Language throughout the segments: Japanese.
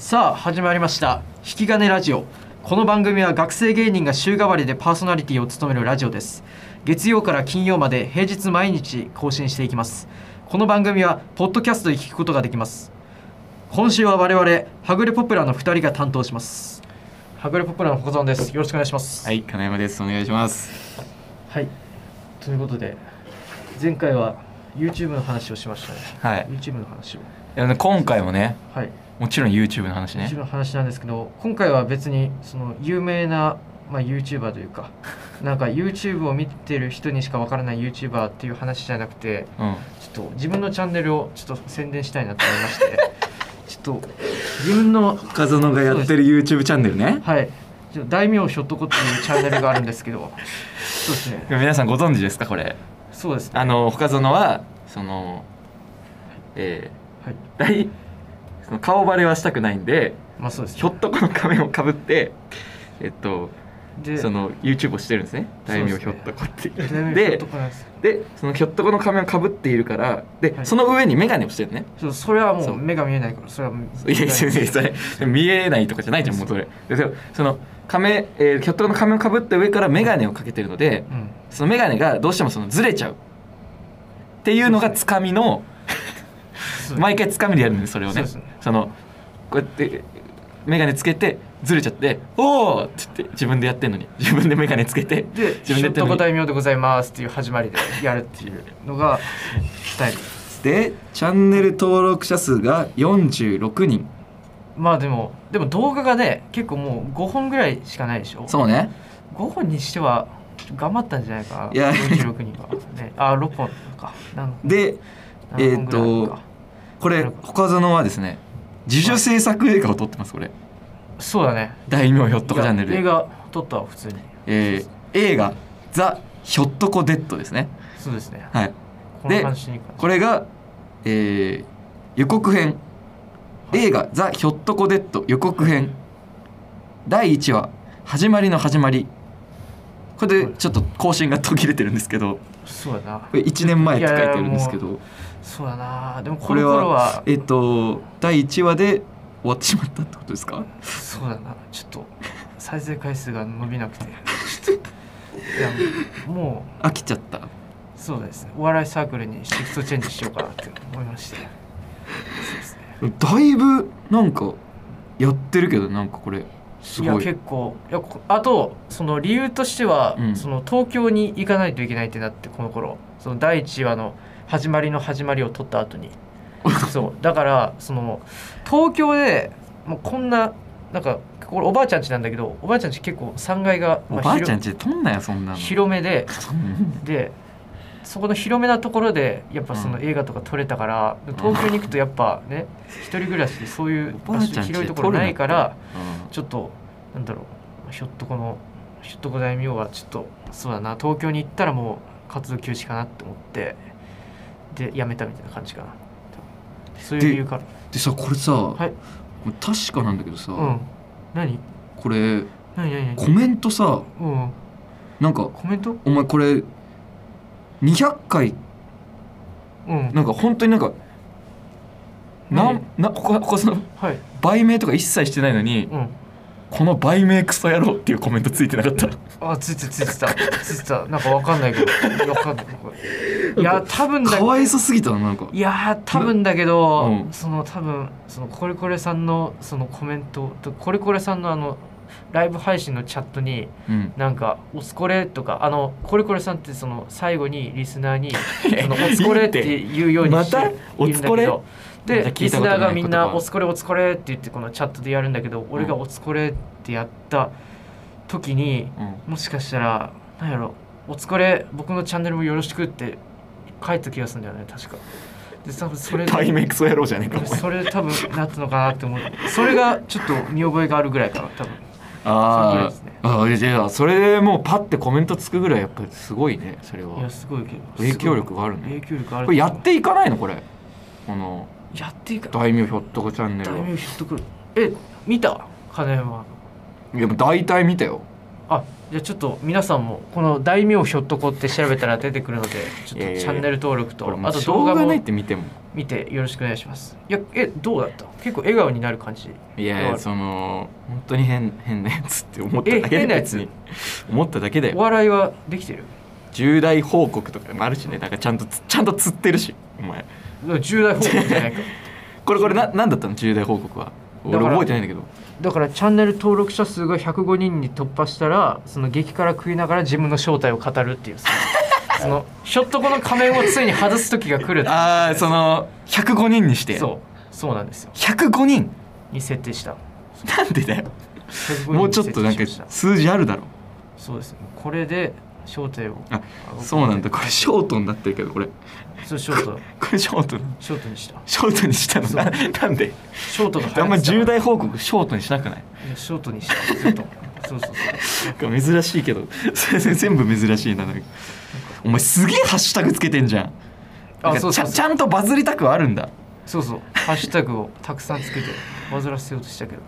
さあ始まりました「引き金ラジオ」この番組は学生芸人が週替わりでパーソナリティを務めるラジオです月曜から金曜まで平日毎日更新していきますこの番組はポッドキャストで聞くことができます今週は我々はぐれポプラの2人が担当しますはぐれポプラの保存ですよろしくお願いしますはい、金山です。お願いします。はいということで前回は YouTube の話をしましたねはい。 YouTube の話をいや今回もね、はいもちろん YouTube の話ね YouTube。の話なんですけど今回は別にその有名な、まあ、YouTuber という かなんか YouTube を見てる人にしかわからない YouTuber っていう話じゃなくてうん。ちょっと自分のチャンネルをちょっと宣伝したいなと思いまして ちょっと自分の風野がやってる YouTube チャンネルね。はいちょっと大名ひょっとこっていうチャンネルがあるんですけどそうですね皆さんご存知ですかこれ。そうですねあの岡園はその、えはいー、大その顔バレはしたくないんで、まあそうです、ね、ひょっとこの仮面をかぶって、えっとでその YouTube をしてるんですね。大名ひょっとこって大いう。名ひょっでとこなんですでそのひょっとこの仮面をかぶっているから、で、はいその上に眼鏡をしてるね。ちょっとそれはもそうう目が見えないからそれはいやいやいやそれ見えないとかじゃないじゃんもうそれでそのその仮面、えー、キャットの仮面をかぶって上から眼鏡をかけてるのでうんその眼鏡がどうしてもそのずれちゃうっていうのがつかみのそう毎回つかみでやるんですそれをそうねでそすねのこうやって眼鏡つけてずれちゃって「おお!」って言って自分でやってんのに自分で眼鏡つけてで「ひ自分でょやっってんとのこに大名でございます」っていう始まりでやるっていうの がスタイルでチャンネル登録者数が46人まあでもでも動画がね結構もう5本ぐらいしかないでしょそうね5本にしては頑張ったんじゃないかないや46人は、ね、あ6本か何で何本ぐらいあるか、これなるほど岡園はですね自主制作映画を撮ってますこれそうだね大名ひょっとこチャンネルいやで映画撮ったわ普通にえー映画「ザ・ひょっとこデッド」ですねそうですねはいこの話に関してこれが、えー予告編い映画「ザ・ひょっとこデッド」予告編第1話「始まりの始まり」これでちょっと更新が途切れてるんですけどそうだなこれ1年前って書いてあるんですけどそうだなでもここれの頃ははえっと第1話で終わってしまったってことですかそうだなちょっと再生回数が伸び なくてちょっといやもう飽きちゃったそうですねお笑いサークルにシフトチェンジしようかなって思いましてそうですねだいぶなんかやってるけどなんかこれすいやごい結構いやこあとその理由としては、うんその東京に行かないといけないってなってこの頃その第1話の始まりの始まりを撮った後 にそうだからその東京でもうこんななんかこれおばあちゃん家なんだけどおばあちゃん家結構3階が、おまあばあちゃ広んちで撮んなよそんなの広めでそんなでそこの広めなところでやっぱその映画とか撮れたから、東京に行くとやっぱね一人暮らしでそういうおば場あち所ゃん家で広いところないからうんちょっとなんだろうひょっとこのひょっとこ大名はちょっとそうだな東京に行ったらもう活動休止かなって思ってでやめたみたいな感じかな多分そういうで理由からでさこれさ、い確かなんだけどさ、うん何これ何何何コメントさうんなんかコメントお前これ200回うんなんか本当になんかなんなここここそのはい売名とか一切してないのに、うんこの売名クソ野郎っていうコメントついてなかったあついてたついてたついてたなんかわかんないけどわかんないいや多分だかわいそすぎたななんかいやー多分だけど、うんその多分そのコレコレさんのそのコメントとコレコレさんのあのライブ配信のチャットにうんなんか「おつこれ」とかあのコレコレさんってその最後にリスナー に「いやそのおつこれ」って言うようにしてまたいるんだけどれまでた聞リいたスことなナーいがみんな「言葉おつこれおつこれ」って言ってこのチャットでやるんだけど俺が「おつこれ」ってやった時にうんもしかしたらなんやろ「おつこれ僕のチャンネルもよろしく」って書いた気がするんだよね確か。で多分それで売名クソ野郎じゃねえかお前それで多分なったのかなって思うそれがちょっと見覚えがあるぐらいかな多分それぐらいあですねーあーじゃあそれでもうパッてコメントつくぐらいやっぱりすごいねそれいやはすごいけど影響力がある影ね響力あるこれやっていかないのこれこのやっていいか大名ひょっとこチャンネル大は名ひょっとくるえ見た金山いやもう大体見たよあじゃあちょっと皆さんもこの「大名ひょっとこ」って調べたら出てくるのでちょいやいっとやいやチャンネル登録これともあうとし動ょう画がもないって見ても見てよろしくお願いしますいやえどうだった結構笑顔になる感じいやいやその本当に変変なやつって思ったえだけで変なやつ別に 思っただけでお笑いはできてる重大報告とかもあるしねなんかちゃんとつちゃんと釣ってるしお前重大報告じゃ ないかこれこれな何だったの重大報告は俺だから覚えてないんだけどだからチャンネル登録者数が105人に突破したらその激辛食いながら自分の正体を語るっていう そのそのひょっとこの仮面をついに外す時が来るっていうああその105人にしてそうそうなんですよ105人に設定したなんでだよもうちょっとなんか数字あるだろそうですこれで正体をあそうなんだこれショートになってるけどこれこそうショートれショートショートにしたショートにしたのそうななんでショートが流行ってたあんま重い大報告ショートにしなくないやショートにしたずっとそうそうなんか珍しいけど 全部珍しいななんかお前すげえハッシュタグつけてんじゃんあ なんそかうちそゃうんちゃんとバズりたくはあるんだそうそうそうハッシュタグをたくさんつけて煩わせようとしたけど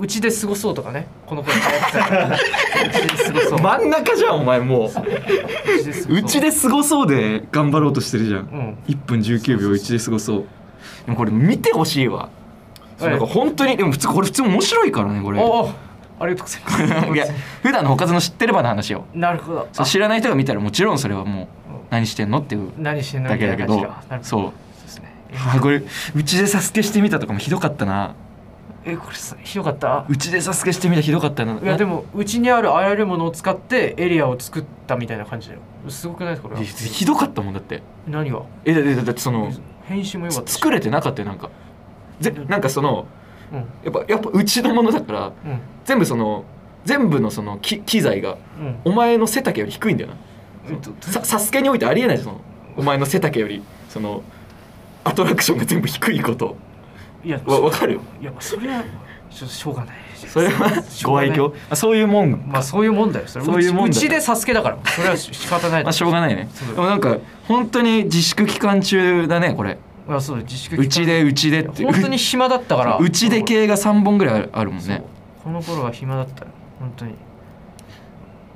うちで過ごそうとかねこの頃流行ってたからうちで過ごそう真ん中じゃんお前もううちで過ごそうで頑張ろうとしてるじゃんうん1分19秒うちで過ごそうでもこれ見てほしいわそうなんか本当にでも普通これ普通面白いからねこれおおありがとうございま いやす普段のおかずの知ってればの話をなるほどそう知らない人が見たらもちろんそれはうもうん何してんのっていうあ何してんのだけだけどみたいな感じなるほそうそうですねあこれうちでサスケしてみたとかもひどかったなえこれさひどかったうちでサスケしてみたひどかったないやでもうちにあるあらゆるものを使ってエリアを作ったみたいな感じだよすごくないですかこれいはやひどかったもんだって何がえだだだだってその編集も良かったし作れてなかったよなんかぜなんかそのうんやっぱやっぱうちのものだからうん全部その全部のそのき機材がうんお前の背丈より低いんだよなえっとさサスケにおいてありえないじゃんそのお前の背丈よりそのアトラクションが全部低いこといやわわかるよいやまあそれはちょっとしょうがないそれはしょうごがな愛い嬌あそういうもんまあそういうもんだよそれそういうもんだようちうちでサスケだからそれは仕方ないまあしょうがないねそうだよでもなんか本当に自粛期間中だねこれまあそうだよ自粛期間うちでうちでって本当に暇だったから うちで系が3本ぐらいあるもんそうねこの頃は暇だったよ本当に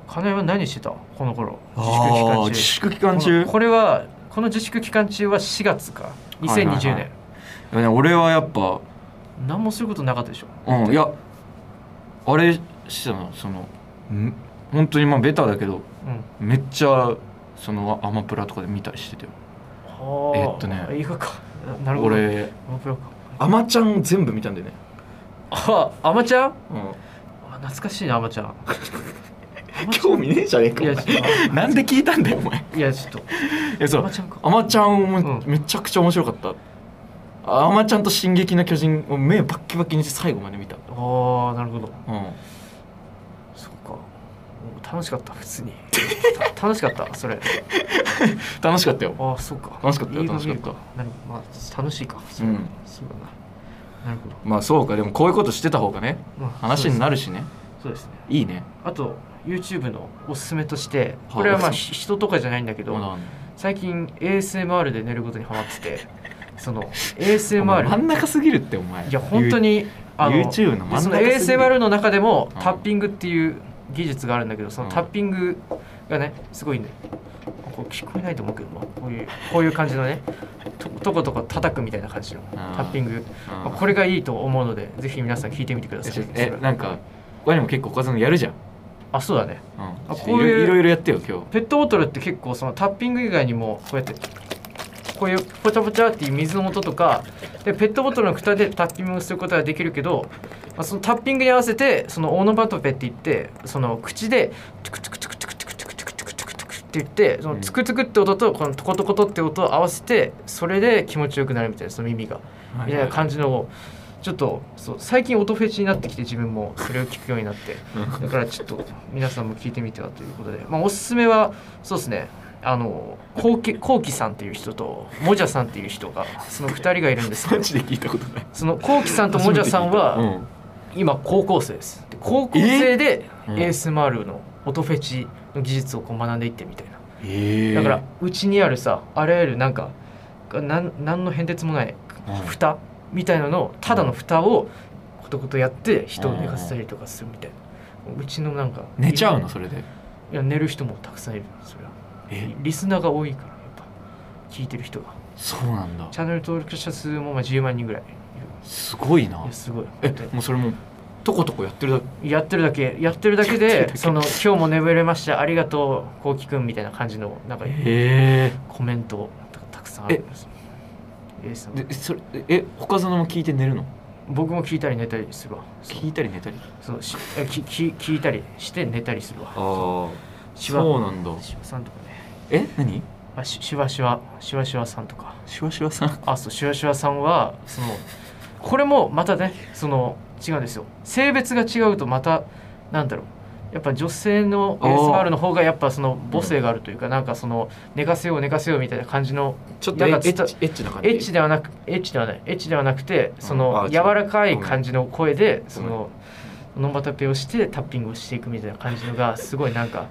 金井は何してたこの頃あー自自粛期粛期間中間中これはこの自粛期間中は4月か2020年、はいはいはいでもね俺はやっぱ何もすることなかったでしょうんいやあれしてたのそのん本当にまあベタだけどうんめっちゃそのアマプラとかで見たりしててはあえっとね映画かなるほど俺アマプロかアマちゃん全部見たんだよね、あアマちゃんうん、あ懐かしいなアマちゃん 興味ねえじゃねえかいおや前ちょっなんで聞いたんだよお前といやちょっとえそアうマちゃんかアマちゃんもうんめちゃくちゃ面白かった、アマちゃんと「進撃の巨人」を目バッキバキにして最後まで見た、ああなるほどうん、そっか楽しかった普通 にた楽しかったそれ楽しかったよああそうか楽しかったよ映画見る楽しかっなるほどまあ楽しいかそ,、うんそうだななるほど、まあそうかでもこういうことしてた方がねまあ、話になるしねそうですそうですねいいねあと YouTube のおすすめとしてはいこれはまあひ人とかじゃないんだけどうどなん最近 ASMR で寝ることにハマっててそのお前真 ASMR ん中すぎるってお前いや本当にあの YouTube の真ん中そすのぎる ASMR の中でもうんタッピングっていう技術があるんだけどそのうんタッピングがねすごいねこう聞こえないと思うけど、まあ、こういうこういう感じのねととことこ叩くみたいな感じのタッピング、うんまあ、これがいいと思うのでぜひ皆さん聞いてみてくだえさちょいえなんか他にも結構おかずのやるじゃん、あそうだねうん、あちょこういういろいろやってよ今日ペットボトルって結構そのタッピング以外にもこうやってこういうポチャポチャっていう水の音とかでペットボトルの蓋でタッピングをすることができるけど、まあ、そのタッピングに合わせてそのオノバトペって言ってその口でトゥクトゥクトゥクトゥクトゥクトゥクトゥクトゥクトゥクトゥクって言ってそのツクツクって音とこのトコトコトって音を合わせてそれで気持ちよくなるみたいなその耳がみたいな感じのをちょっとそう最近音フェチになってきて自分もそれを聞くようになって。だからちょっと皆さんも聞いてみてはということで、まあ、おすすめはそうですねあのこうきこうきさんっていう人ともじゃさんっていう人がその2人がいるんですけマど ジで聞いたことないそのこうきさんともじゃさんうはん今高校生ですで高校生でえうん ASMR の音フェチの技術をこう学んでいってみたいなええだからうちにあるさあらゆるなんかなん何の変哲もないうん蓋みたいなのをただの蓋をことことやって人を寝かせたりとかするみたいなうちのなんか寝ちゃういのそれでいや寝る人もたくさんいるそれはえリスナーが多いからやっぱ聞いてる人がそうなんだチャンネル登録者数もまあ10万人ぐらいいるすごいないやすごいえ本当にもうそれもうとことこやってるだけやってるだけやってるだけやってるだでけその「今日も眠れましたありがとうこうきくん」みたいな感じのなんかへコメントたたくさんあるんですよ A さんえそれえ他のも聞いて寝るの僕も聞いたり寝たりするわそう聞いたり寝たりそうしえきき聞いたりして寝たりするわあしわそうなんだしわさんとかねえ何あししわしわしわしわさんとかシュワシュワさんあそうしわしわさんはそのこれもまたねその違うんですよ性別が違うとまたなんだろうやっぱ女性のあー ASMR の方がやっぱその母性があるというかなんかその寝かせよう寝かせようみたいな感じのちょっとなエんかッチエ伝わッチな感じエッチではなくエッチではないエッチではなくてそあのー柔らかいごめん感じの声でんそのオノマトペをしてタッピングをしていくみたいな感じの がすごいなんか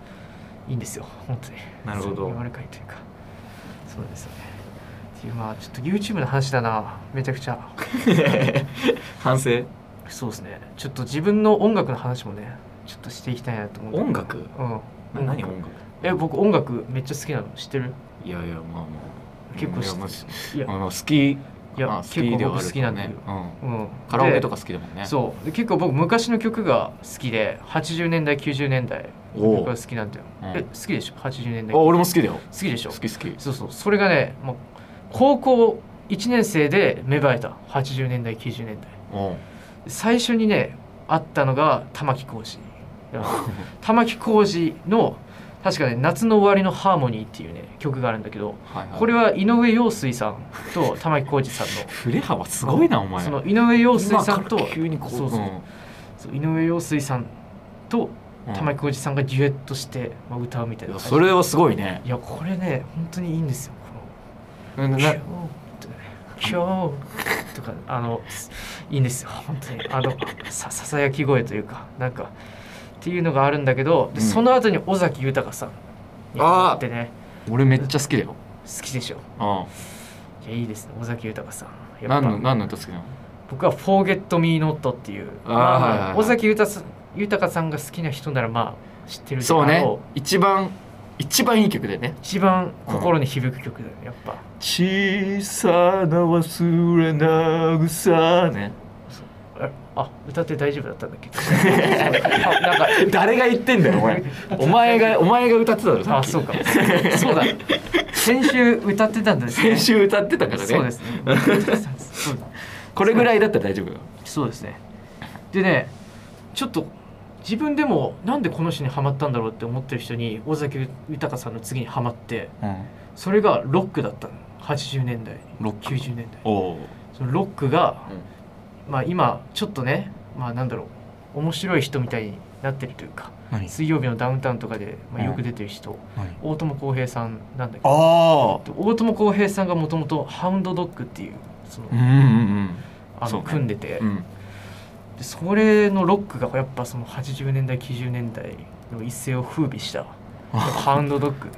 いいんですよ本当になるほどそう柔らかいというかそうですよねっていうまあちょっと YouTube の話だなめちゃくちゃ 反省そうですねちょっと自分の音楽の話もねちょっとしていきたいなと思うん音だ楽けどうん何音楽え僕音楽めっちゃ好きなの知ってるいやいやまあまあ結構知っいやまあいやまあまあ好きいやまあ結構僕好きなんだねようんうんカラオケでとか好きだもんねそうで結構僕昔の曲が好きで80年代90年代おうの曲が好きなんだよ、うんえ好きでしょ80年代あ好俺も好きだよきでしょ好き好きそうそうそれがねもう高校1年生で芽生えた80年代90年代おう最初にねあったのが玉置 浩二玉置浩二の確かね「夏の終わりのハーモニー」っていうね曲があるんだけどはいはいこれは井上陽水さんと玉置浩二さんの振れ幅すごい なお前その井上陽水今さかんとら急にこうそうそうそう井上陽水さんとうん玉置浩二さんがデュエットして、まあ、歌うみたいいなや感じそれはすごいねいやこれね本当にいいんですよなこの「今な日」とかね「今日」とかあのいいんですよ本当にあのさささやき声というかなんかっていうのがあるんだけど、でうんその後に尾崎豊さんにあーってね俺めっちゃ好きだよ好きでしょういやいいですね尾崎豊さんやんっぱ何の何の歌好きなの僕は「Forget Me Not」っていうあーまあまあはいはいはい尾崎豊さん豊さんが好きな人ならまあ知ってるであそうねろう一番一番いい曲だよね一番心に響く曲だよやっぱ小さな忘れなぐさねああ歌って大丈夫だったんだっけ あなんか 誰が言ってんだよお前 お前がお前が歌ってただろさっあきそうか そうだ先週歌ってたんですね先週歌ってたからねそうですねそうだこれぐらいだったら大丈夫だよそうですねでねちょっと自分でもなんでこの人にハマったんだろうって思ってる人に尾崎豊さんの次にハマってそれがロックだったの80年代ロック90年代おおそのロックがまあ今ちょっとねまあなんだろう面白い人みたいになってるというか何水曜日のダウンタウンとかで、まあ、よく出てる人、何大友康平さんなんだけどああ大友康平さんがもともとハウンドドッグっていうその、うんうんあそうのね組んでて、うんうんでそれのロックがやっぱその80年代90年代の一世を風靡 したやっぱハウンドドッグ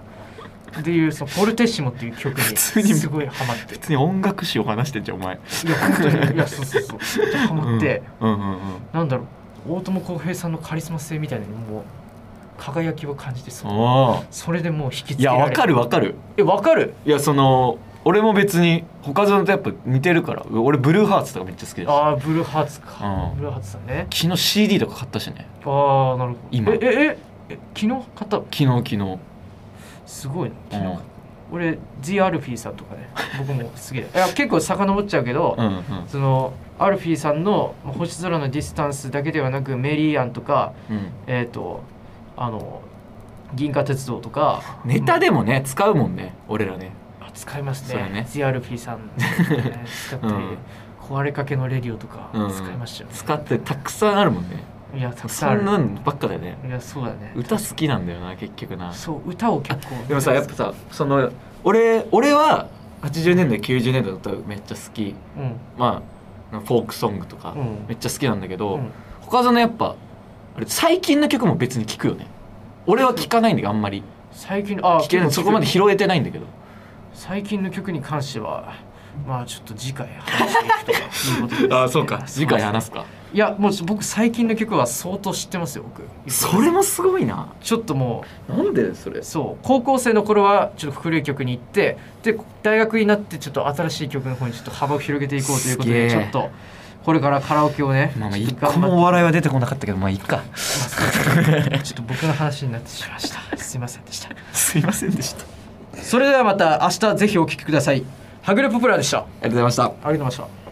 っていうそのポルテッシモっていう曲に普通にすごいハマって別に音楽史を話してんじゃんお前いや本当にいやそうそうそうめっちゃハマって、うんうんうんうんなんだろう大友康平さんのカリスマ性みたいなのにもう輝きを感じてそうおおそれでもう引きついけらやれわかるわかるえわかるいやその俺も別に他のとやっぱ似てるから俺ブルーハーツとかめっちゃ好きだああブルーハーツか、うんブルーハーツさんねし昨日 CD とか買ったしねああなるほど今ええええ昨日買った昨日昨日すごいな昨日買っうんた、俺 Z アルフィーさんと かね僕も好きでいや結構遡っちゃうけど、うんうんそのアルフィーさんの「まあ星空のディスタンス」だけではなく「メリーアン」とかうんえっ、とあの「銀河鉄道」とかネタでもね使うもんね俺らねあ使いますそうだねね Z アルフィーさん、ね、使ったり、 うん壊れかけのレディオとかうん使いましたよね、使ってたくさんあるもんねいやたくさんそあんるなのばっかだよねいやそうだね歌好きなんだよな結局なそう歌を結構でもさやっぱさその俺俺は80年代90年代の歌めっちゃ好きうんまあフォークソングとかうんめっちゃ好きなんだけど、うん他のやっぱあれ最近の曲も別に聴くよね俺は聴かないんだけどあんまり最近あ聴けないそこまで拾えてないんだけど最近の曲に関してはまあちょっと次回話していくとかいうことで あそうか次回話すかいやもう僕最近の曲は相当知ってますよ僕それもすごいなちょっともなんでそれうそう高校生の頃はちょっと古い曲に行ってで大学になってちょっと新しい曲の方にちょっと幅を広げていこうということすげえでちょっとこれからカラオケをねまあまあちょっ一と頑張個ってもお笑いは出てこなかったけどまあいいちかょっと僕の話になってしまいましたすいませんでしたすいませんでしたあそれではまた明日ぜひお聴きくださいはぐれポプラでしたりがとうございましたありがとうございました